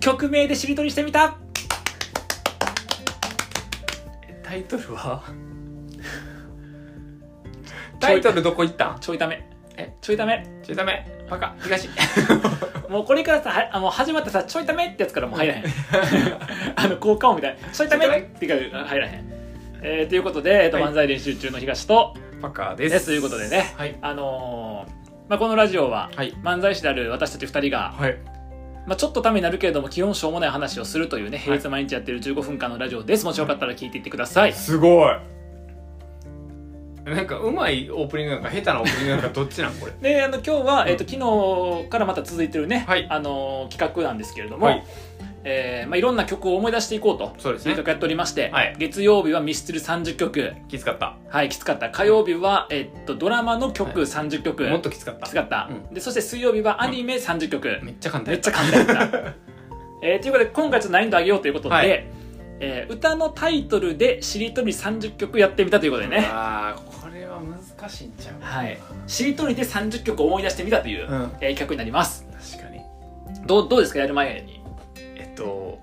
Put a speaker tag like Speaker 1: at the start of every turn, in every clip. Speaker 1: 曲名でしりとりしてみた
Speaker 2: タイトルは
Speaker 1: タ
Speaker 2: タ
Speaker 1: イ
Speaker 2: イ
Speaker 1: ト
Speaker 2: ト
Speaker 1: ル
Speaker 2: ルどこ行ったん
Speaker 1: ちょいため
Speaker 2: え
Speaker 1: ちょいため
Speaker 2: ちょいダメバカ 東
Speaker 1: もうこれからさはあもう始まってさちょいためってやつからもう入らへん あの効果音みたいなちょいためっていうから入らへん、えーということで、えーと
Speaker 2: はい
Speaker 1: 漫才練習中の東と
Speaker 2: バカ
Speaker 1: で
Speaker 2: ですす
Speaker 1: ということでね
Speaker 2: はい
Speaker 1: あのーまあ、このラジオは
Speaker 2: はい
Speaker 1: 漫才師である私たち2人が、
Speaker 2: はい
Speaker 1: まあ、ちょっとためになるけれども基本しょうもない話をするというね平日毎日やってる15分間のラジオですもしよかったら聞いていってください
Speaker 2: すごいなんかうまいオープニングなんか下手なオープニングなんかどっちなんこれ
Speaker 1: であの今日は、
Speaker 2: うん
Speaker 1: えー、と昨日からまた続いてるね、
Speaker 2: はい
Speaker 1: あのー企画なんですけれども、
Speaker 2: はい
Speaker 1: えーまあ、いろんな曲を思い出していこうと
Speaker 2: そうで
Speaker 1: い
Speaker 2: す
Speaker 1: う
Speaker 2: ね
Speaker 1: 曲やっておりまして、
Speaker 2: はい
Speaker 1: 月曜日はミスチル30曲、
Speaker 2: きつかった
Speaker 1: はい、きつかった火曜日は、えっとドラマの曲
Speaker 2: は
Speaker 1: 30曲、
Speaker 2: もっときつかった
Speaker 1: きつかった、
Speaker 2: う
Speaker 1: でそして水曜日はアニメ30曲、
Speaker 2: めっちゃ簡単
Speaker 1: めっちゃ簡単だった、 えーということで今回ちょっと難易度上げようということで、
Speaker 2: はい
Speaker 1: えー歌のタイトルでしりとり30曲やってみたということでね
Speaker 2: あーこれは難しいんちゃう
Speaker 1: はいしりとりで30曲思い出してみたという、
Speaker 2: うん
Speaker 1: えー企画になります
Speaker 2: 確かに
Speaker 1: どうどうですかやる前に
Speaker 2: えっと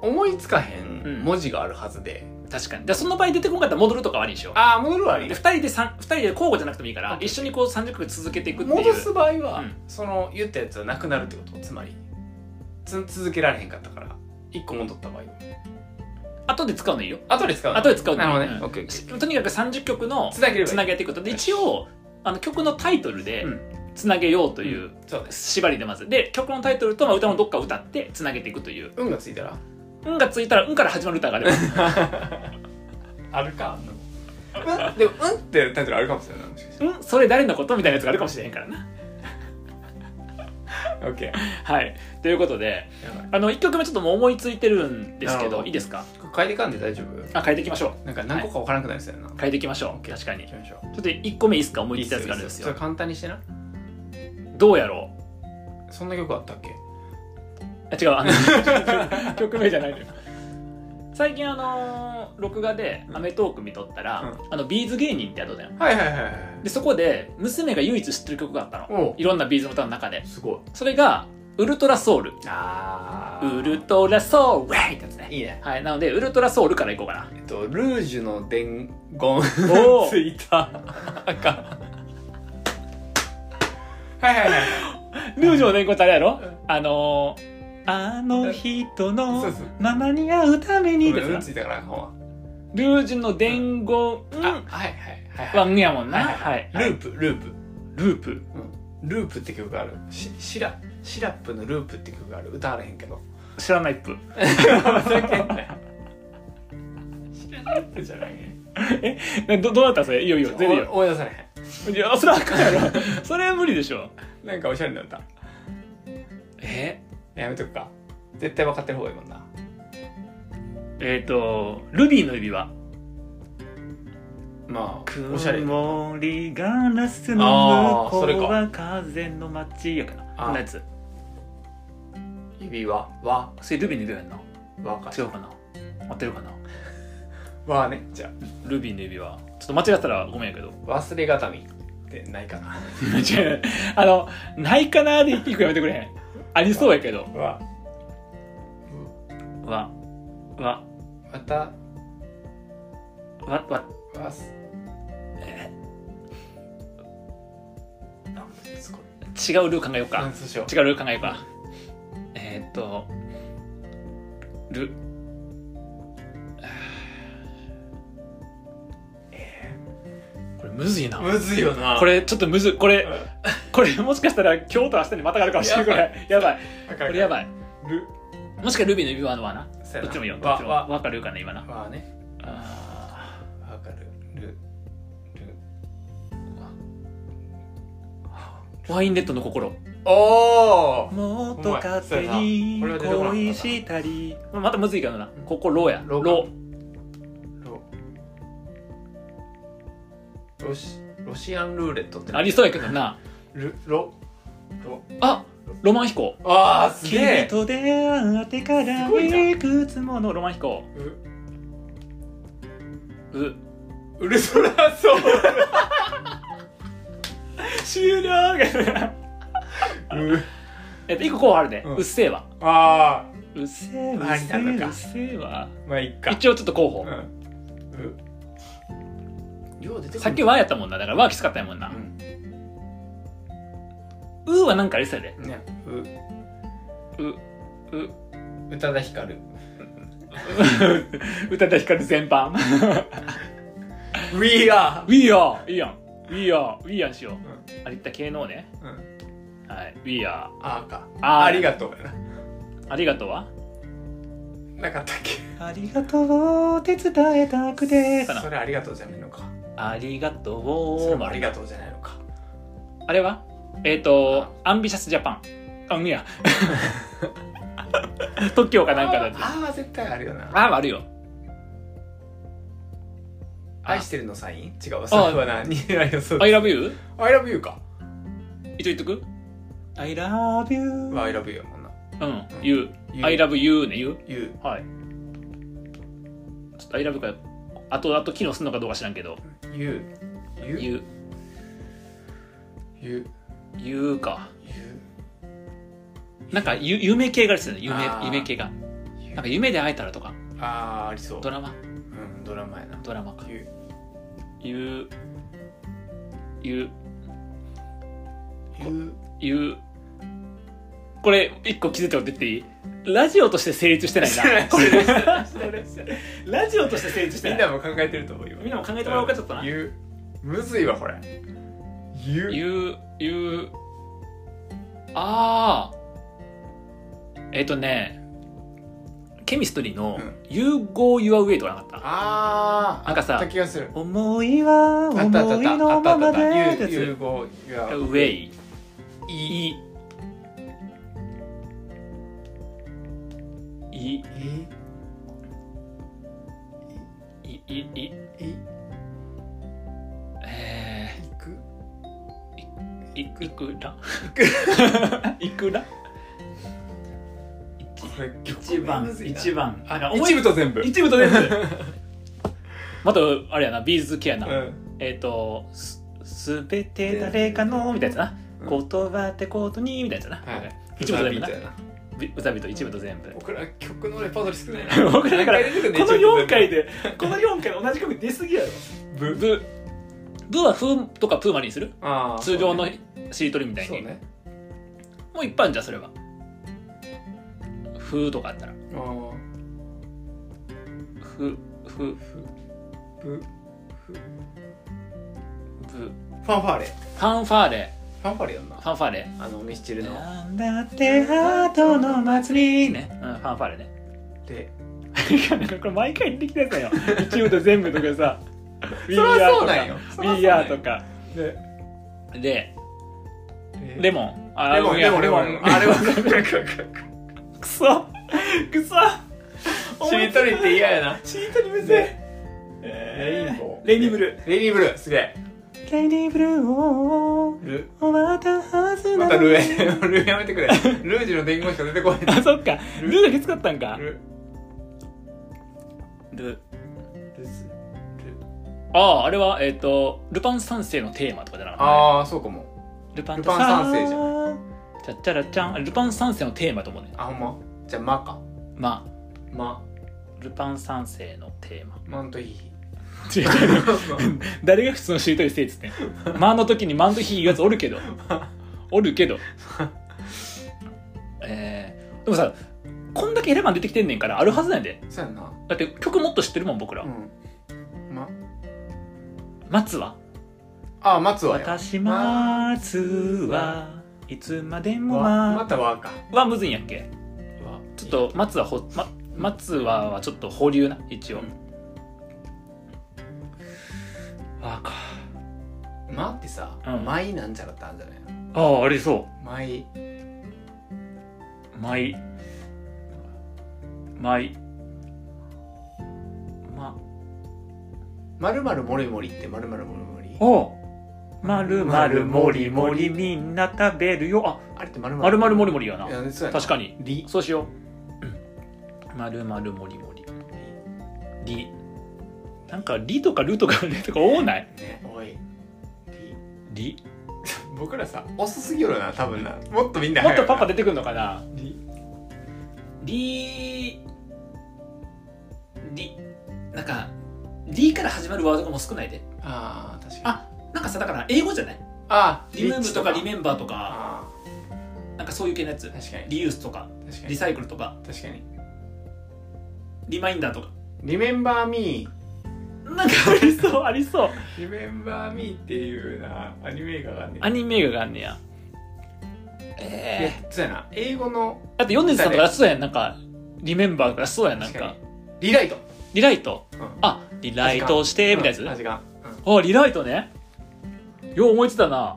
Speaker 2: 思いつかへ
Speaker 1: うん
Speaker 2: ん文字があるはずで、
Speaker 1: 確かにじゃあその場合出てこなかったら戻るとかはありでしょう
Speaker 2: ああ戻るはあり
Speaker 1: で2人で三二人で交互じゃなくてもいいから
Speaker 2: オッケー
Speaker 1: 一緒にこう30曲続けていくっていう
Speaker 2: 戻す場合は、
Speaker 1: うん
Speaker 2: その言ったやつはなくなるってことつまりつ続けられへんかったから一個戻った場合
Speaker 1: 後で使うのいいよ
Speaker 2: 後で使うの
Speaker 1: 後で使うの
Speaker 2: なるほどね、
Speaker 1: うん
Speaker 2: オッケーオッケー
Speaker 1: とにかく30曲の
Speaker 2: つなげればい
Speaker 1: つ
Speaker 2: い
Speaker 1: なげていくことで一応あの曲のタイトルで
Speaker 2: うん
Speaker 1: つなげようという
Speaker 2: そうです
Speaker 1: 縛りでまずで曲のタイトルとまあ歌のどっかを歌ってつなげていくという
Speaker 2: 運がついた
Speaker 1: 「
Speaker 2: ら
Speaker 1: うん」がついたら「うん」から始まる歌があれば
Speaker 2: あるかうんでも「うん」ってタイトルあるかもしれないもしかし
Speaker 1: 「うん」それ誰のことみたいなやつがあるかもしれへんからな
Speaker 2: たらオッケーや
Speaker 1: はいということで
Speaker 2: ばい
Speaker 1: あの1曲目ちょっともう思いついてるんですけ
Speaker 2: なる
Speaker 1: ど
Speaker 2: ほど
Speaker 1: いいですか
Speaker 2: これ変えていかんで大丈夫
Speaker 1: あ変えていきましょ
Speaker 2: なんか何個か分からなくなりそうやな、
Speaker 1: う変えていきましょう確かに
Speaker 2: い
Speaker 1: ち
Speaker 2: き
Speaker 1: ょ
Speaker 2: ましょ
Speaker 1: っと1個目いいですか思
Speaker 2: う
Speaker 1: いついたやつがあるんです
Speaker 2: それ
Speaker 1: よ
Speaker 2: 簡単にしてな
Speaker 1: どうやろう
Speaker 2: そんな曲あったっけ
Speaker 1: あ違うあ の曲名じゃないのよ最近あのー録画で『アメトーーク』見とったら、あのビーズ芸人ってやっとったよ
Speaker 2: はいはいはいはい
Speaker 1: でそこで娘が唯一知ってる曲があったの
Speaker 2: おう
Speaker 1: いろんなビーズの歌の中です
Speaker 2: ごい
Speaker 1: それが「ウルトラソウル」
Speaker 2: あ
Speaker 1: 「ウルトラソウル」ってやつね
Speaker 2: いいね
Speaker 1: はいなので「ウルトラソウル」からいこうかな
Speaker 2: えっと、ルージュの伝言
Speaker 1: おー
Speaker 2: ついた。あかん。はいはいはい。
Speaker 1: ルージュの伝言ってあれやろ
Speaker 2: うん
Speaker 1: あのーあの人
Speaker 2: そ
Speaker 1: の
Speaker 2: うそう
Speaker 1: ママに会うために」
Speaker 2: ご
Speaker 1: で
Speaker 2: め
Speaker 1: すな
Speaker 2: んう
Speaker 1: ん
Speaker 2: ついたから、ほんま。
Speaker 1: ルージュの伝言
Speaker 2: あ、はいはいはい
Speaker 1: は
Speaker 2: は
Speaker 1: んやもんな
Speaker 2: は
Speaker 1: はい
Speaker 2: い。ループ、ループ。
Speaker 1: ループ
Speaker 2: ループって曲がある。しシラ、シラップのループって曲がある。歌われへんけど。
Speaker 1: 知らないっぷ
Speaker 2: ふざけん なよシラップじゃないね。
Speaker 1: えどどうだったそれいいよいいよ全然いいよ
Speaker 2: お思い出されへ
Speaker 1: いやそれはあかんやろ それは無理でしょ
Speaker 2: ん。なんかおしゃれな歌。
Speaker 1: え
Speaker 2: やめとくか。絶対分かってる方がいいもんな。
Speaker 1: えっ、と「ルビーの指輪」
Speaker 2: まあ、おしゃれ。
Speaker 1: 曇りガラス
Speaker 2: の
Speaker 1: の
Speaker 2: 向
Speaker 1: 向
Speaker 2: こ
Speaker 1: こ
Speaker 2: う
Speaker 1: う
Speaker 2: は
Speaker 1: は風の街やかな
Speaker 2: あー
Speaker 1: こんなやつ
Speaker 2: 指輪、和、
Speaker 1: それルビーの指輪やんな
Speaker 2: 和か。
Speaker 1: 違うかな合ってるかな
Speaker 2: 和ね。じゃあ。
Speaker 1: ルビーの指輪ちょっと間違ったらごめんやけど
Speaker 2: 忘れがたみってないかな
Speaker 1: 違うあの「ないかな」で一個やめてくれへんありそうやけど
Speaker 2: は
Speaker 1: わわ
Speaker 2: また
Speaker 1: わわ
Speaker 2: わす
Speaker 1: え
Speaker 2: あすごい
Speaker 1: ー違うルー考えようか
Speaker 2: あそうしよう
Speaker 1: 違うルール考えようかえーっとル これむずいな
Speaker 2: むずいよな
Speaker 1: これちょっとむずいこ
Speaker 2: う
Speaker 1: れ
Speaker 2: ん
Speaker 1: これもしかしたら今日と明日にまたがるかもしれないぐらいやばい
Speaker 2: わ
Speaker 1: こ
Speaker 2: か
Speaker 1: れ
Speaker 2: る
Speaker 1: やばい
Speaker 2: ル
Speaker 1: もしかルビーの指輪のはな
Speaker 2: そや
Speaker 1: ど
Speaker 2: な
Speaker 1: っちもいいよどっ
Speaker 2: わ
Speaker 1: ちも
Speaker 2: わ
Speaker 1: わかるかね今な
Speaker 2: わね
Speaker 1: あ
Speaker 2: わかるルル
Speaker 1: ーワインレッドの心
Speaker 2: おー
Speaker 1: も
Speaker 2: っと勝手に恋した
Speaker 1: りまたむずいけどな心や
Speaker 2: ロ
Speaker 1: ロ
Speaker 2: ロロシロシアンルーレットって
Speaker 1: ありそうやけどな
Speaker 2: ルロロ
Speaker 1: あロマン飛行
Speaker 2: あーすげ
Speaker 1: 君
Speaker 2: え
Speaker 1: と出会ってから
Speaker 2: すごいない
Speaker 1: くつものロマン飛行
Speaker 2: う
Speaker 1: う
Speaker 2: ウルトラ ソウル
Speaker 1: 終了
Speaker 2: う
Speaker 1: えっと一個候補あるね、
Speaker 2: うん
Speaker 1: うっせぇわ
Speaker 2: あー
Speaker 1: うっせえわ
Speaker 2: あ
Speaker 1: うっせ
Speaker 2: なるの
Speaker 1: え
Speaker 2: か
Speaker 1: うっせえわ
Speaker 2: まあいっか
Speaker 1: 一応ちょっと候補、
Speaker 2: うんうよう出てくる
Speaker 1: さっき「わ」やったもんなだから「わ」きつかったやもんな
Speaker 2: うん
Speaker 1: 「う」はなんかありそうやで
Speaker 2: ね
Speaker 1: ううう
Speaker 2: う宇多田ヒカル
Speaker 1: 宇多田ヒカル全般
Speaker 2: We are
Speaker 1: We are いいやん We are We are しよう、
Speaker 2: う
Speaker 1: あれいった系のね
Speaker 2: うん
Speaker 1: はい We are
Speaker 2: あーか
Speaker 1: あー
Speaker 2: ありがとうやな
Speaker 1: ありがとうは
Speaker 2: なかったっけ
Speaker 1: ありがとうを手伝えたくて
Speaker 2: それありがとうじゃないのか
Speaker 1: ありがとう
Speaker 2: それ
Speaker 1: を
Speaker 2: もありがとうじゃないのか
Speaker 1: あれはえっ、とアンビシャスジャパンあうんいや 特許かなんかだって
Speaker 2: あーあーは絶対あるよな
Speaker 1: ああるよ
Speaker 2: 愛してるのサイン違うわそれは何ありがとう
Speaker 1: I love you?
Speaker 2: I love you か
Speaker 1: 一応言っとく I love you
Speaker 2: まあ I love you やもんな
Speaker 1: うん言う
Speaker 2: You
Speaker 1: I love you ね言う
Speaker 2: You
Speaker 1: はいちょっと I love かあとあと機能するのかどうか知らんけど
Speaker 2: You You
Speaker 1: 言う
Speaker 2: You
Speaker 1: 言うか
Speaker 2: You
Speaker 1: なんかゆ夢系があるっすよね夢
Speaker 2: あー
Speaker 1: 夢系が
Speaker 2: ゆ
Speaker 1: なんか夢で会えたらとか
Speaker 2: あーありそう
Speaker 1: ドラマ
Speaker 2: うんドラマやな
Speaker 1: ドラマか
Speaker 2: You
Speaker 1: 言う言う
Speaker 2: You
Speaker 1: 言うこれ一個気づいておいてっていいラジオとして成立してない なこれラジオとして成立して
Speaker 2: み
Speaker 1: ない
Speaker 2: んなも考えてると思うよ
Speaker 1: みんなも考えてもらおうかちょっとな
Speaker 2: 言うむずいわこれ言う
Speaker 1: 言う言うああえっ、とねケミストリーの
Speaker 2: うん
Speaker 1: 「融合 Your Way」とかなかった、
Speaker 2: あー
Speaker 1: なんかさ
Speaker 2: あった気がする
Speaker 1: 思いは
Speaker 2: あったあったあったあったあったあった
Speaker 1: です
Speaker 2: 融合が
Speaker 1: Way
Speaker 2: いい
Speaker 1: いい
Speaker 2: い
Speaker 1: いいい
Speaker 2: いい
Speaker 1: え
Speaker 2: く
Speaker 1: ー、いいく らいくら
Speaker 2: これ
Speaker 1: 一番一番あ思い
Speaker 2: 一部と全部
Speaker 1: 一部と全部 またあれやなビーズ系やな、
Speaker 2: うん
Speaker 1: えっ、とす「すべて誰かの」みたいなやつな「
Speaker 2: う
Speaker 1: 言
Speaker 2: ん
Speaker 1: 葉ってことに」みたいなやつな、
Speaker 2: はい
Speaker 1: 一部と全部な
Speaker 2: 歌みたいな
Speaker 1: びうさびと一部と全部
Speaker 2: 僕ら曲のレパートリー少ないな
Speaker 1: 僕だから
Speaker 2: 何回出てくん
Speaker 1: こ
Speaker 2: ね
Speaker 1: の
Speaker 2: 一部と全
Speaker 1: 4
Speaker 2: 部
Speaker 1: 回でこの4回同じ曲出すぎやろ
Speaker 2: ブ
Speaker 1: ブブはフーとかプーマリにする
Speaker 2: あー
Speaker 1: 通常の
Speaker 2: そうね
Speaker 1: しりとりみたい
Speaker 2: そう
Speaker 1: に、
Speaker 2: ね
Speaker 1: もう一般じゃんそれはフーとかあったら
Speaker 2: あー
Speaker 1: フフ
Speaker 2: ブ
Speaker 1: ブフ
Speaker 2: ファンファーレ
Speaker 1: ァンファーレ
Speaker 2: ファンファーレやんな
Speaker 1: ファンファーレ
Speaker 2: あのミスチルの
Speaker 1: なんだってハートの祭りね、うん、ファンファーレね
Speaker 2: で
Speaker 1: いやなんかこれ毎回できたやつだ よ一部と全部とか さ「
Speaker 2: そりゃそうなんよ
Speaker 1: We Are」とか
Speaker 2: で
Speaker 1: でレ
Speaker 2: レ
Speaker 1: モンあ
Speaker 2: レモン
Speaker 1: いや
Speaker 2: レモンレモンあ れは
Speaker 1: クソク ソ
Speaker 2: しりとりって嫌やな
Speaker 1: しりとりむずい
Speaker 2: ね レインボー
Speaker 1: レイニーブル
Speaker 2: レイニーブルーすげえ
Speaker 1: ーレイニーブルーを
Speaker 2: ル
Speaker 1: またはず
Speaker 2: またルー エルーやめてくれルージュの伝言しか出てこない
Speaker 1: あそっかルーだけ使ったんか
Speaker 2: ル
Speaker 1: ル
Speaker 2: ルスル
Speaker 1: あああれはえっ、とルパン三世のテーマとかじゃなかっ
Speaker 2: ああそうかも
Speaker 1: たルパン
Speaker 2: ルパン三世じゃ
Speaker 1: んチャッチャラチャンあれルパン三世のテーマと思うね
Speaker 2: あほんまじゃあマか
Speaker 1: ま
Speaker 2: マ
Speaker 1: あルパン三世のテーマ
Speaker 2: マントヒ ヒ
Speaker 1: 違う 違う誰が普通のしりとりせいっつってん「間」の時に「間」の日言うやつおるけどおるけどえー、でもさこんだけエレマン出てきてんねんからあるはずなんやで
Speaker 2: そうやんな
Speaker 1: だって曲もっと知ってるもん僕ら
Speaker 2: うんま
Speaker 1: 「松は」
Speaker 2: あ松はや
Speaker 1: 私松はいつまでも
Speaker 2: わま
Speaker 1: ま
Speaker 2: た和か
Speaker 1: はむずいんやっけ
Speaker 2: 和
Speaker 1: ちょっと松はほ、ま、松ははちょっと保留な一応、
Speaker 2: うん
Speaker 1: あか
Speaker 2: マってさ
Speaker 1: うん
Speaker 2: 舞なんちゃらってあるんじゃない
Speaker 1: ああありそ
Speaker 2: 舞
Speaker 1: う舞舞ま
Speaker 2: まるまるもりもりってまるまるもりもり
Speaker 1: おまるまるもりもりみんな食べるよあ
Speaker 2: あれってまる
Speaker 1: まるまるもり
Speaker 2: も
Speaker 1: もりやな確
Speaker 2: 確
Speaker 1: かに
Speaker 2: り
Speaker 1: そうしよう。まるまるもりもり。り。なんか、りとかるとかれとか多ない
Speaker 2: ねおいり
Speaker 1: り。
Speaker 2: 僕らさ遅すぎるよな多分なもっとみんな
Speaker 1: もっとパパ
Speaker 2: で
Speaker 1: 出てくるのかな
Speaker 2: り
Speaker 1: リリなんかリから始まるワードがもう少ないで
Speaker 2: ああ確かに
Speaker 1: あなんかさだから英語じゃない
Speaker 2: あ
Speaker 1: リムーブとかリ
Speaker 2: ー
Speaker 1: メンバーとか
Speaker 2: あ
Speaker 1: なんかそういう系のやつ
Speaker 2: ー確かに
Speaker 1: リユースとか
Speaker 2: 確か
Speaker 1: リ
Speaker 2: に
Speaker 1: サイクルとか
Speaker 2: 確かに
Speaker 1: リマインダーとか
Speaker 2: リメンバーミー
Speaker 1: なんかありそうありそう
Speaker 2: リメンバーミーっていうなアニメ映画があんねん
Speaker 1: アニメ映画があんねや
Speaker 2: いや
Speaker 1: ええ
Speaker 2: そうやな英語の
Speaker 1: だって米津さんとかそうやんなんかリメンバーとかそうやんなん
Speaker 2: 確
Speaker 1: か
Speaker 2: かにリライト
Speaker 1: リライト、
Speaker 2: うん
Speaker 1: あリライトしてみたいなやつ、
Speaker 2: 味が
Speaker 1: あリライトねよう思いついたな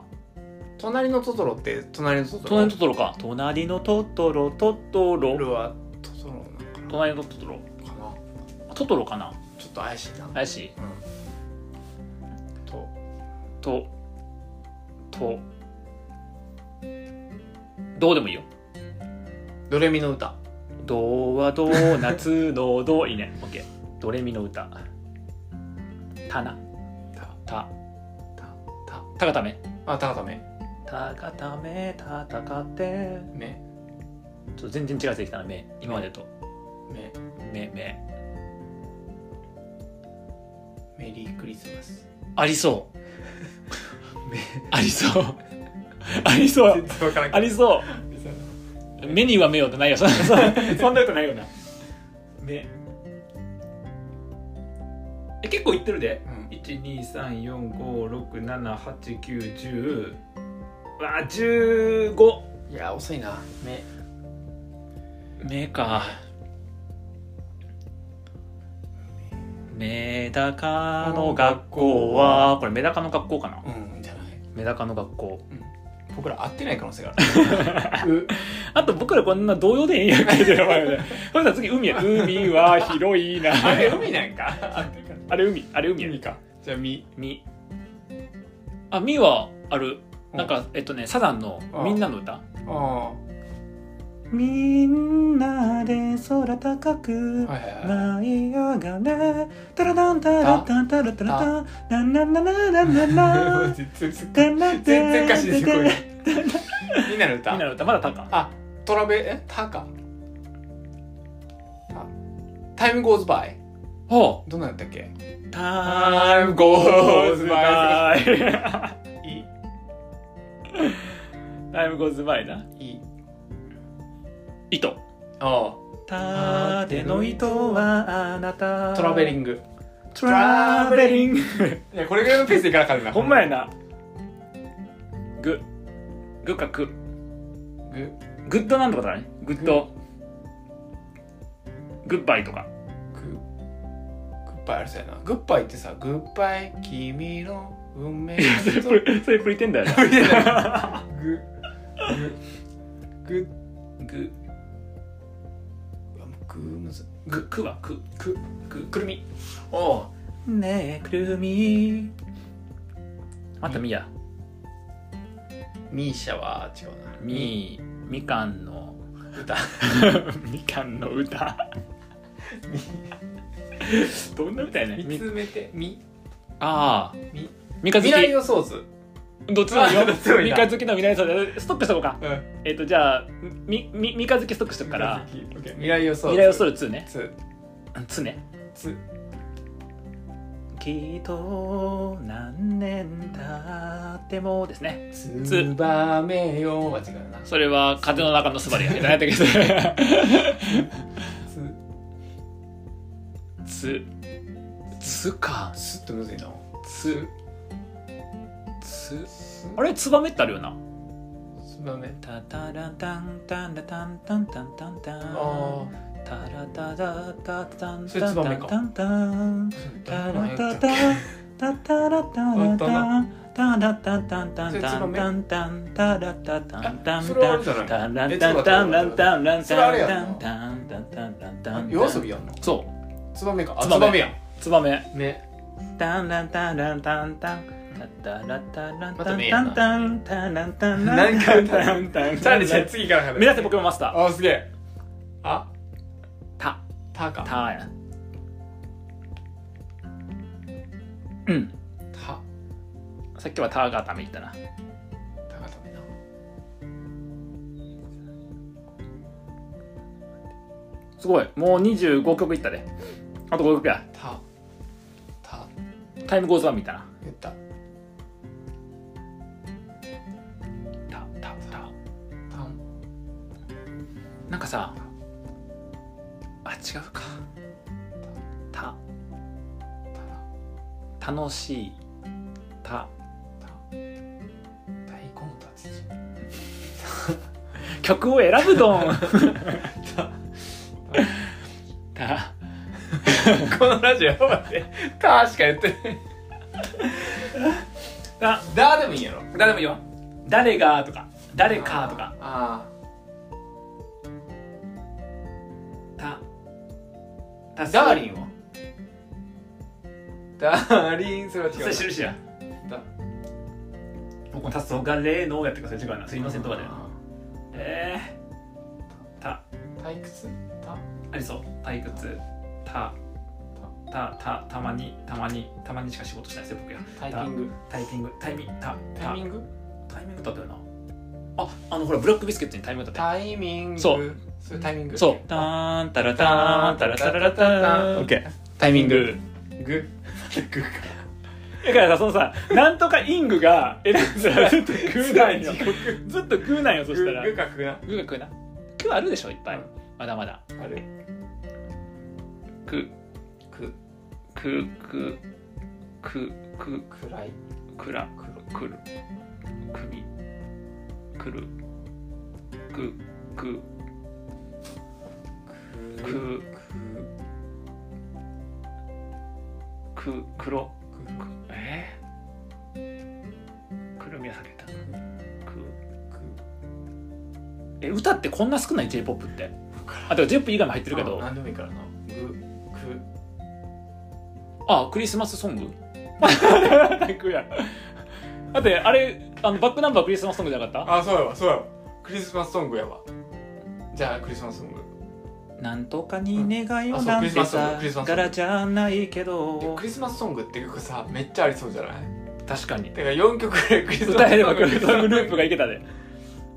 Speaker 2: 隣のトトロって隣のトトロ
Speaker 1: 隣のトトロか隣のトトロトト
Speaker 2: ト
Speaker 1: ロ
Speaker 2: ロはトトロなのかな
Speaker 1: 隣のトトロ
Speaker 2: かな
Speaker 1: トトロかな
Speaker 2: ちょっと怪しいな
Speaker 1: 怪しい
Speaker 2: と
Speaker 1: ととどうでもいいよ
Speaker 2: ドレミの歌
Speaker 1: ドはドーナツのドいいねオッケードレミの歌タナ
Speaker 2: た
Speaker 1: タ
Speaker 2: たた
Speaker 1: タカタメ
Speaker 2: あたかため
Speaker 1: タカタメタタカテ
Speaker 2: め
Speaker 1: ちょっと全然違うやつできたな目今までと
Speaker 2: め
Speaker 1: 目目
Speaker 2: メリークリスマス
Speaker 1: ありそう
Speaker 2: め
Speaker 1: ありそう ありそう
Speaker 2: 全然わからん
Speaker 1: ありそう
Speaker 2: う
Speaker 1: 目には目よってないよそんなそんなことないよな目え結構いってるで
Speaker 2: うん
Speaker 1: 1 2 3 4 5 6 7 8 9 1 0わあ15
Speaker 2: いや遅いなめ
Speaker 1: 目かメダカの学校はこれメダカの学校かな
Speaker 2: うんじゃない
Speaker 1: メダカの学校
Speaker 2: 僕ら合ってない可能性があ るう
Speaker 1: あと僕らこんな童謡でええんやんけって名前 でそしたら次海や海は広いな
Speaker 2: あれ海なんか 合ってるか
Speaker 1: あれ海あれ海や
Speaker 2: 海かじゃあみ
Speaker 1: みあみはあるなんか、えっとねサザンの
Speaker 2: あ
Speaker 1: 「みんなの歌
Speaker 2: ああは」
Speaker 1: みんなで空高く
Speaker 2: いはいはい
Speaker 1: 舞い上がれタラダンタラタンタラタラタンランランランランランラン
Speaker 2: 全然
Speaker 1: タンラン
Speaker 2: 全然歌詞ですよこれ
Speaker 1: み
Speaker 2: みんなの歌
Speaker 1: んなの歌まだタカ
Speaker 2: あトラベえタカタタイムゴーズバイ
Speaker 1: ほ
Speaker 2: どんなんやったっけ
Speaker 1: う
Speaker 2: タイム
Speaker 1: ゴ
Speaker 2: ゴ
Speaker 1: ーズバイ
Speaker 2: イ
Speaker 1: タイムゴーズバイな
Speaker 2: イイ
Speaker 1: 糸
Speaker 2: あ
Speaker 1: 縦の糸はあなた
Speaker 2: トラベリ
Speaker 1: グ
Speaker 2: ング
Speaker 1: トラベリング
Speaker 2: いやこれぐらいのペースでいかなかったな
Speaker 1: ほんまやな。ぐ、ぐかく。
Speaker 2: グ
Speaker 1: グッドなんとかだね。グッド。グッバイとか。
Speaker 2: ググッバイあれさやなグッバイってさグッバイ君の運命
Speaker 1: それプリ、それプリテンダーや
Speaker 2: みたいなグググ
Speaker 1: な。ぐ、
Speaker 2: うわもうグームズ
Speaker 1: ぐ、くはく。
Speaker 2: く
Speaker 1: く、く
Speaker 2: くるみ
Speaker 1: おう。ねえ、くるみ。またみや。
Speaker 2: ミーシャは違うな
Speaker 1: み、みかんの歌。 みかんの歌。どんな歌やねん。
Speaker 2: 見
Speaker 1: み
Speaker 2: つめてみ
Speaker 1: ああ。
Speaker 2: み
Speaker 1: 三日月
Speaker 2: 未来。予想図
Speaker 1: どっちだよ。
Speaker 2: どっちでも
Speaker 1: 三
Speaker 2: いいな
Speaker 1: 日月の未来そうストックしとこうか。
Speaker 2: うん
Speaker 1: えっ、とじゃあみみ三日月ストックしとくから
Speaker 2: 未来予想図 OK 未来
Speaker 1: 未来
Speaker 2: 予想図
Speaker 1: をそる2ね
Speaker 2: つ
Speaker 1: 2ね
Speaker 2: つ
Speaker 1: きっと何年経ってもですね
Speaker 2: つつばめようは違うな
Speaker 1: それは風の中のスバルやね何やったっ
Speaker 2: つ
Speaker 1: けつつか
Speaker 2: つってむずいな
Speaker 1: つつ
Speaker 2: つ
Speaker 1: あれツバメってあるよな
Speaker 2: つばめ
Speaker 1: タタラタンタンタタンタンタンタンタン
Speaker 2: あ
Speaker 1: タラタタタタン
Speaker 2: それ
Speaker 1: タン
Speaker 2: ツバ
Speaker 1: タ
Speaker 2: メ
Speaker 1: ン
Speaker 2: か
Speaker 1: タンタンタラタタタタラタラタンタラタタンタンタンタンタンタラタタンタンタン
Speaker 2: それはあれじゃない
Speaker 1: タラタタンタンタンタン
Speaker 2: それあれやん
Speaker 1: タンタンタンタンタンタン
Speaker 2: 夜遊びやんの
Speaker 1: そう
Speaker 2: つばめかあ
Speaker 1: つ
Speaker 2: つ
Speaker 1: ばめ
Speaker 2: ばめやん
Speaker 1: ツバメ
Speaker 2: ね
Speaker 1: タンタンタンタンタンタンタラタラタンタンタンタンタンタン
Speaker 2: 何
Speaker 1: タ
Speaker 2: 回
Speaker 1: ン
Speaker 2: 歌う
Speaker 1: タンタン
Speaker 2: チャレンジ次から
Speaker 1: 目指せポケモンマスター
Speaker 2: あすげえあ
Speaker 1: タ
Speaker 2: たか
Speaker 1: タやなうん
Speaker 2: た
Speaker 1: さっきはタがダメ言ったな
Speaker 2: たかためな
Speaker 1: すごいもう25曲いったであと5曲や
Speaker 2: たた
Speaker 1: タイムゴーズワン見たな
Speaker 2: 言った
Speaker 1: たたた
Speaker 2: たん
Speaker 1: なんかさあ違うかたた楽しいた
Speaker 2: たた太鼓の達人
Speaker 1: 曲を選ぶ ドン
Speaker 2: た
Speaker 1: た
Speaker 2: このラジオやばいねたしか言ってない
Speaker 1: あ
Speaker 2: だでもいいんやろ
Speaker 1: 誰も言わん誰がとか誰かとか
Speaker 2: あ
Speaker 1: た
Speaker 2: あ
Speaker 1: た
Speaker 2: ダーリンはダーリンそれは違う
Speaker 1: それ印や
Speaker 2: だ
Speaker 1: 僕もたそがれのやってください違うなすいませんとかでえー、た
Speaker 2: 退屈た
Speaker 1: ありそう退屈たたたたまにたまにたまにしか仕事しないですよ僕や
Speaker 2: タイピング
Speaker 1: タイピングタイミングタ
Speaker 2: タイミ
Speaker 1: グ
Speaker 2: ング
Speaker 1: タイミングだったよなああのほらブラックビスケットにタイミングだった
Speaker 2: タイミング
Speaker 1: そう
Speaker 2: それタイミング
Speaker 1: そうタ
Speaker 2: あ
Speaker 1: ーンタラターンタラタラターン
Speaker 2: オッ
Speaker 1: ケー
Speaker 2: タイミング
Speaker 1: グ
Speaker 2: ググか
Speaker 1: だからさそのさなんとかイングがえらいさずっと食うなん よ
Speaker 2: 地獄
Speaker 1: ずっと食うなんよそしたら
Speaker 2: グかグな
Speaker 1: グが食うな食あるでしょいっぱい、
Speaker 2: うん
Speaker 1: まだまだ
Speaker 2: あれ
Speaker 1: く
Speaker 2: く
Speaker 1: くくくく
Speaker 2: 暗い
Speaker 1: くらくるくみくるくく
Speaker 2: 黒
Speaker 1: く
Speaker 2: く
Speaker 1: くくろ
Speaker 2: く
Speaker 1: くえー、くるみは避けたくえ歌ってこんな少ない j p o p ってあでも j p o p 以外も入ってるけど
Speaker 2: 何でもいいからなグく
Speaker 1: あクリスマスソ ングく やだってあれあのバックナンバークリスマスソングじゃなかっ
Speaker 2: あそうやわそうやわクリスマスソングやわじゃあクリスマスソング
Speaker 1: たなんとかに願い
Speaker 2: うん
Speaker 1: を
Speaker 2: あそう
Speaker 1: なん
Speaker 2: クリ
Speaker 1: て
Speaker 2: スマスソン
Speaker 1: さ
Speaker 2: グクリスマスソング
Speaker 1: 柄じゃないけ
Speaker 2: いや
Speaker 1: ど
Speaker 2: クリスマスソングって曲さめっちゃありそうじゃない
Speaker 1: 確かに
Speaker 2: だから4曲ぐらいクリスマスソング
Speaker 1: 歌えればクリスマスグル ープがいけたで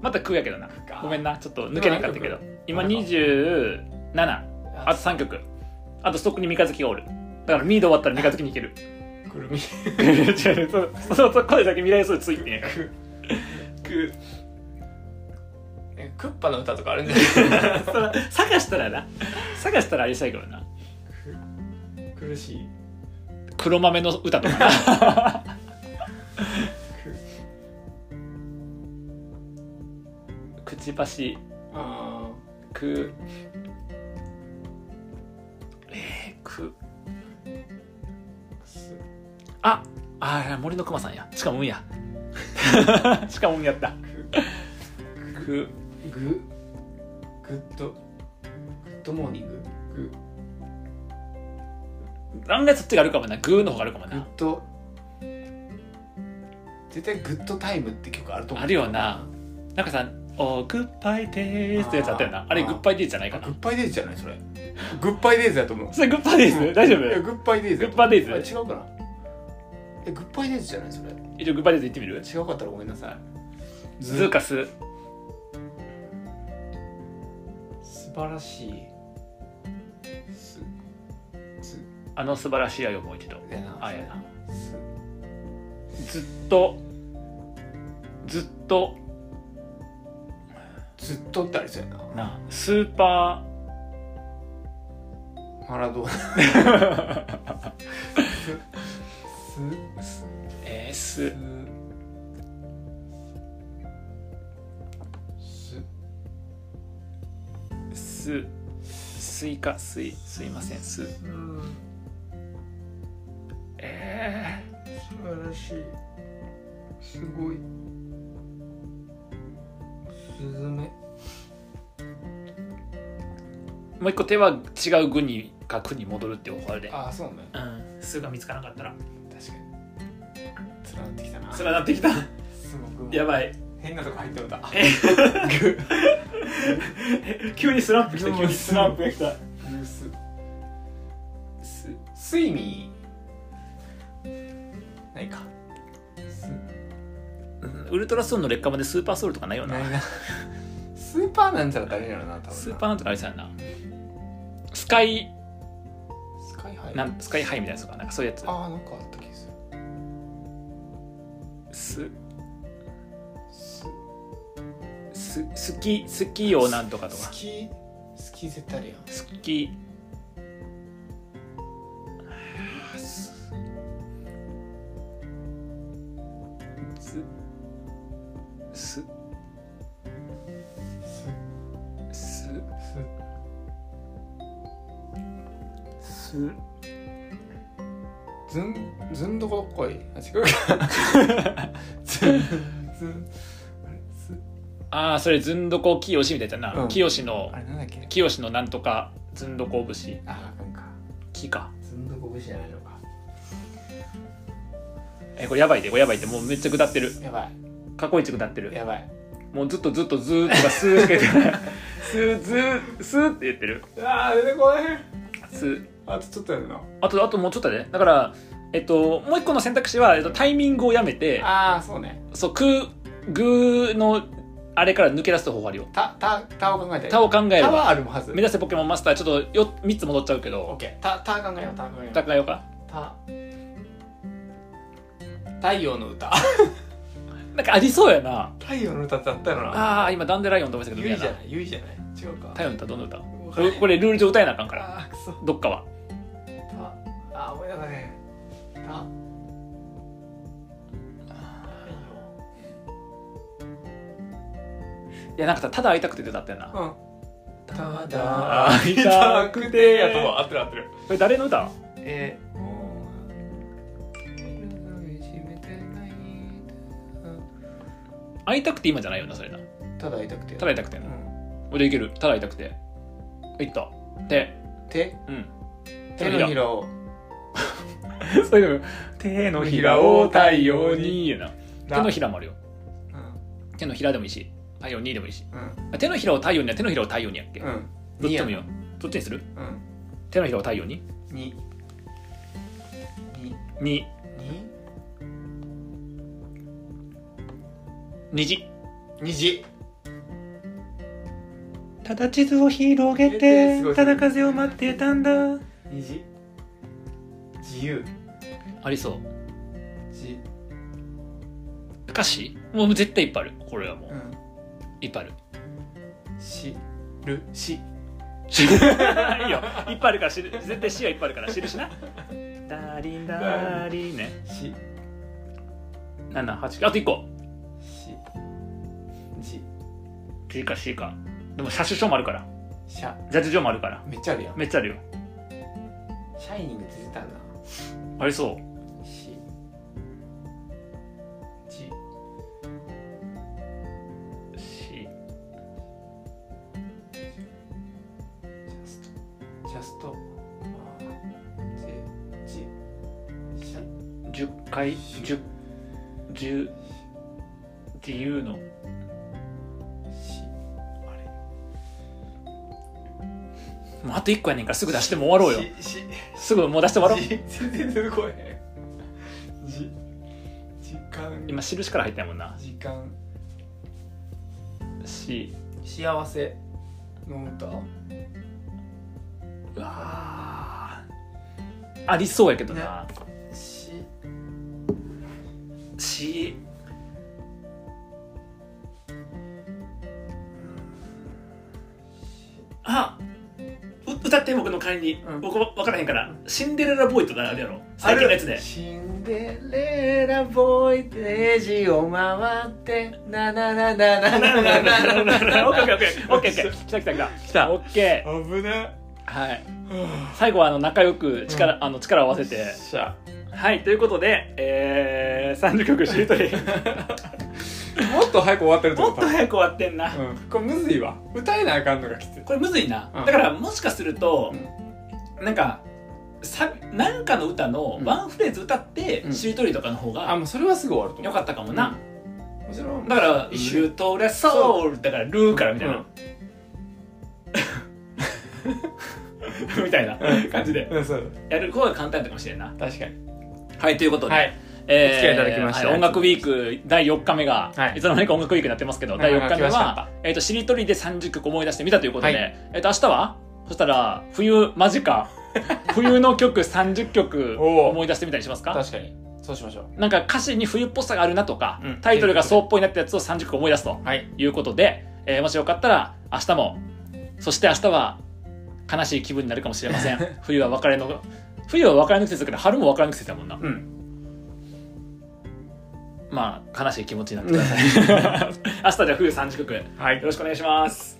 Speaker 1: また食うやけどな
Speaker 2: か
Speaker 1: ごめんなちょっと抜けなかったけど今
Speaker 2: 何
Speaker 1: 27あ
Speaker 2: あ
Speaker 1: と3曲あとストックに三日月がおるだからミード終わったら三日月に行ける
Speaker 2: くるみ
Speaker 1: 違う違うそうそうそう声だけ未来数ついてんやから
Speaker 2: くくえクッパの歌とかあるんじゃ ない
Speaker 1: そら探したらな探したらあれしたいけどな
Speaker 2: 苦しい
Speaker 1: 黒豆の歌とか な
Speaker 2: く
Speaker 1: くちばし
Speaker 2: あ
Speaker 1: くえー、く
Speaker 2: ーす
Speaker 1: ああー森のくまさんやしかも運や しかも運やったく
Speaker 2: ググッドグッドモーニンググ
Speaker 1: 案外そっちがあるかもなグーの方があるかも
Speaker 2: グッ
Speaker 1: な
Speaker 2: ド絶対グッドタイムって曲あると思う
Speaker 1: あるよななんかさ「おーグッバイデーズ」ってやつあったよなあ
Speaker 2: あー
Speaker 1: れグッバイデーズじゃない
Speaker 2: あ
Speaker 1: か
Speaker 2: グ
Speaker 1: な
Speaker 2: ッバイデイズじゃないそれグッバイデイズだと思う
Speaker 1: それグッバイデーズ大丈夫
Speaker 2: いやグッバイデイズだ
Speaker 1: グ
Speaker 2: と思う
Speaker 1: ッバイデイズ
Speaker 2: あ違うかなえグッバイデイズじゃないそれ
Speaker 1: 一応グッバイデーズ言ってみる
Speaker 2: 違うかったらごめんなさい
Speaker 1: ズーカス
Speaker 2: 素晴らしいすす
Speaker 1: あの素晴らしい愛をもう一度
Speaker 2: やな
Speaker 1: あやな
Speaker 2: す
Speaker 1: ずっとずっと
Speaker 2: ずっとってありそうやな
Speaker 1: なスーパ
Speaker 2: マラドーナすす
Speaker 1: ー えー、す
Speaker 2: す
Speaker 1: すスイカすいすいませんす
Speaker 2: すうん
Speaker 1: えー、
Speaker 2: 素晴らしいすごいスズメ
Speaker 1: もう一個手は違う具にか区に戻るっていう方法で
Speaker 2: ああそうね
Speaker 1: うんすが見つからなかったら
Speaker 2: 確かに連なってきたな
Speaker 1: すらなってきた
Speaker 2: すご く
Speaker 1: やばい
Speaker 2: 変なとこ入ってもた
Speaker 1: え
Speaker 2: グ
Speaker 1: 急にスランプ きた急にスランプが来た
Speaker 2: ース
Speaker 1: す
Speaker 2: 睡眠ないかす
Speaker 1: うんウルトラソウルの劣化までスーパーソウルとかないよな
Speaker 2: ないなスーパーなんちゃらってあれやろな多分な
Speaker 1: スーパーなんとかありそうやなカイ
Speaker 2: スカイハイ
Speaker 1: なんスカイハイみたいなやつとかなんかそういうやつ
Speaker 2: ああなんかあった気がす
Speaker 1: す
Speaker 2: るス
Speaker 1: す好き好きよなんとかと
Speaker 2: ス
Speaker 1: か
Speaker 2: キスキゼタリアン
Speaker 1: 好きすす
Speaker 2: ス
Speaker 1: すす
Speaker 2: スずんずんどこどっこいあ違うかずんずんあれず
Speaker 1: ああそれずんどこ清みたいだな、
Speaker 2: うん
Speaker 1: 清の
Speaker 2: あれなんだっけ
Speaker 1: 清のなんとかずんどこ節
Speaker 2: ああなんか
Speaker 1: 木か
Speaker 2: ずんどこ節じゃないのか
Speaker 1: えこれやばいでこれやばいってもうめっちゃ下ってる
Speaker 2: やば
Speaker 1: 過去一下って
Speaker 2: い
Speaker 1: る
Speaker 2: やばい
Speaker 1: もうずっとずっとずーっとかスーって 言ってるスーズースーって言ってる
Speaker 2: ああ出てこない
Speaker 1: スー
Speaker 2: あとちょっとやるな
Speaker 1: あとあともうちょっとだねだからえっともう一個の選択肢は、えっと、タイミングをやめて
Speaker 2: ああそうね
Speaker 1: そう空グーのあれから抜け出す方法あるよ
Speaker 2: たたたを考えた
Speaker 1: 他を考えれ
Speaker 2: たは
Speaker 1: ば
Speaker 2: あるはず
Speaker 1: 目指せポケモンマスターちょっとよ3つ戻っちゃうけ
Speaker 2: オッ
Speaker 1: ど
Speaker 2: ケーたた考えようた考えよう
Speaker 1: 戦いようか
Speaker 2: た太陽の歌
Speaker 1: なんかありそうやな
Speaker 2: 太陽の歌ってあったよな
Speaker 1: ああ今ダンデライオンと思いましたけど
Speaker 2: ゆいじゃ
Speaker 1: やな
Speaker 2: ないゆいじゃない違うか
Speaker 1: 太陽の歌どの歌
Speaker 2: わ
Speaker 1: こ
Speaker 2: かん
Speaker 1: れ
Speaker 2: ない
Speaker 1: これルール上歌えなあかんから
Speaker 2: あーくそ
Speaker 1: どっかは
Speaker 2: たあー思い出さねた太
Speaker 1: いやなんかさただ会いたくてって歌ったよな
Speaker 2: 陽うんた
Speaker 1: だ会いた
Speaker 2: た
Speaker 1: く
Speaker 2: く
Speaker 1: て
Speaker 2: てやとは合ってる合ってる
Speaker 1: これ誰の歌
Speaker 2: えー、もう
Speaker 1: 会いたくて今じゃないよなそれな
Speaker 2: ただ会いたくて
Speaker 1: ただ会いたくて
Speaker 2: う
Speaker 1: な、
Speaker 2: ん
Speaker 1: 俺いけるただ会いたくていった手
Speaker 2: 手
Speaker 1: うん
Speaker 2: 手のひらを
Speaker 1: そういうの手のひらを太陽にな手のひらもあるよ
Speaker 2: うん
Speaker 1: 手のひらでもいいし太陽にでもいいし
Speaker 2: うん
Speaker 1: あ手のひらを太陽には手のひらを太陽にやっけ、
Speaker 2: うん
Speaker 1: どっちでもいい
Speaker 2: に
Speaker 1: よどっちにする
Speaker 2: やうん
Speaker 1: 手のひらを太陽に
Speaker 2: にに
Speaker 1: に
Speaker 2: に
Speaker 1: 虹
Speaker 2: 虹
Speaker 1: ただ地図を広げてただ風を待ってたんだ
Speaker 2: 虹自由
Speaker 1: ありそ
Speaker 2: じ
Speaker 1: う歌詞もう絶対いっぱいあるこれはもう、
Speaker 2: うん
Speaker 1: いっぱいある
Speaker 2: しるし
Speaker 1: いいよいっぱいあるから知る絶対詩はいっぱいあるから知るしなダーリンダーリンね
Speaker 2: し
Speaker 1: 78あと1個
Speaker 2: しじ
Speaker 1: C か C かでも車種書もあるから
Speaker 2: しゃ
Speaker 1: ジャッジ書もあるから
Speaker 2: めっちゃあるやん
Speaker 1: めっちゃあるよ
Speaker 2: シャイニングって出たな
Speaker 1: ありそう
Speaker 2: しじ
Speaker 1: し
Speaker 2: ジャストジャストあじじし
Speaker 1: 10回10 10自由の
Speaker 2: しあれ
Speaker 1: もうあと1個やねんからすぐ出してもう終わろうよ
Speaker 2: しし
Speaker 1: すぐもう出して終わろう
Speaker 2: じ全然出てこへんじ時間
Speaker 1: 今印から入ったやもんな
Speaker 2: 時間
Speaker 1: し
Speaker 2: 幸せの歌
Speaker 1: うわーありそうやけどな、
Speaker 2: し
Speaker 1: しあう歌って僕の代わりに、
Speaker 2: うん
Speaker 1: 僕分からへんからシンデレラボーイとかあるやろ
Speaker 2: あ
Speaker 1: 最
Speaker 2: る
Speaker 1: 近のやつで
Speaker 2: シンデレラボーイレジを回ってなななな ななななな
Speaker 1: オッケーオッケーオッケーオッケーオッケー来た来た来た
Speaker 2: 来た
Speaker 1: オッケ
Speaker 2: 危ね
Speaker 1: ーはい
Speaker 2: は
Speaker 1: 最後はあの仲良く力,、あの力を合わせて
Speaker 2: ぁしゃ
Speaker 1: はいということで、えー、30曲しりとり
Speaker 2: もっと早く終わってると
Speaker 1: も
Speaker 2: 思
Speaker 1: っ
Speaker 2: っ
Speaker 1: と早く終わってんな、
Speaker 2: たうんこれむずいわ歌えなあかんのがきつい
Speaker 1: これむずいな、
Speaker 2: うん
Speaker 1: だからもしかすると、なんかさなんかの歌の
Speaker 2: うん
Speaker 1: ワンフレーズ歌って、
Speaker 2: うん
Speaker 1: しりとりとかの方
Speaker 2: あ
Speaker 1: が
Speaker 2: もうそれはすぐ終わると思
Speaker 1: よ
Speaker 2: う
Speaker 1: かったかもな、
Speaker 2: もちろん
Speaker 1: だから「
Speaker 2: うん
Speaker 1: シュートレソール」だから「ルー」からみたいな、 みたいな感じで
Speaker 2: うんそう
Speaker 1: やる方が簡単だったかもしれんな
Speaker 2: 確かに
Speaker 1: はいということで、
Speaker 2: はい
Speaker 1: えー
Speaker 2: お付き合いいただきまして
Speaker 1: はい音楽ウィーク第4日目が、
Speaker 2: はい
Speaker 1: い、つの間にか音楽ウィークになってますけど、
Speaker 2: はい
Speaker 1: 第4日目
Speaker 2: 来ました
Speaker 1: は、えー、としりとりで30曲思い出してみたということで、
Speaker 2: は
Speaker 1: えー、と明日はそしたら冬マジ か冬の曲30曲
Speaker 2: おう
Speaker 1: 思い出してみたりしますか
Speaker 2: 確かにそうしましょう
Speaker 1: なんか歌詞に冬っぽさがあるなとか、
Speaker 2: うん
Speaker 1: タイトルがそうっぽいなってやつを30曲思い出すと
Speaker 2: はい
Speaker 1: いうことで、えーもしよかったら明日もそして明日は悲しい気分になるかもしれま せん冬は別れの冬は別れの季節だけど春も別れの季節だもんな
Speaker 2: うん
Speaker 1: まあ悲しい気持ちになってください明日じゃあ冬30曲よ
Speaker 2: はい
Speaker 1: ろしくお願いします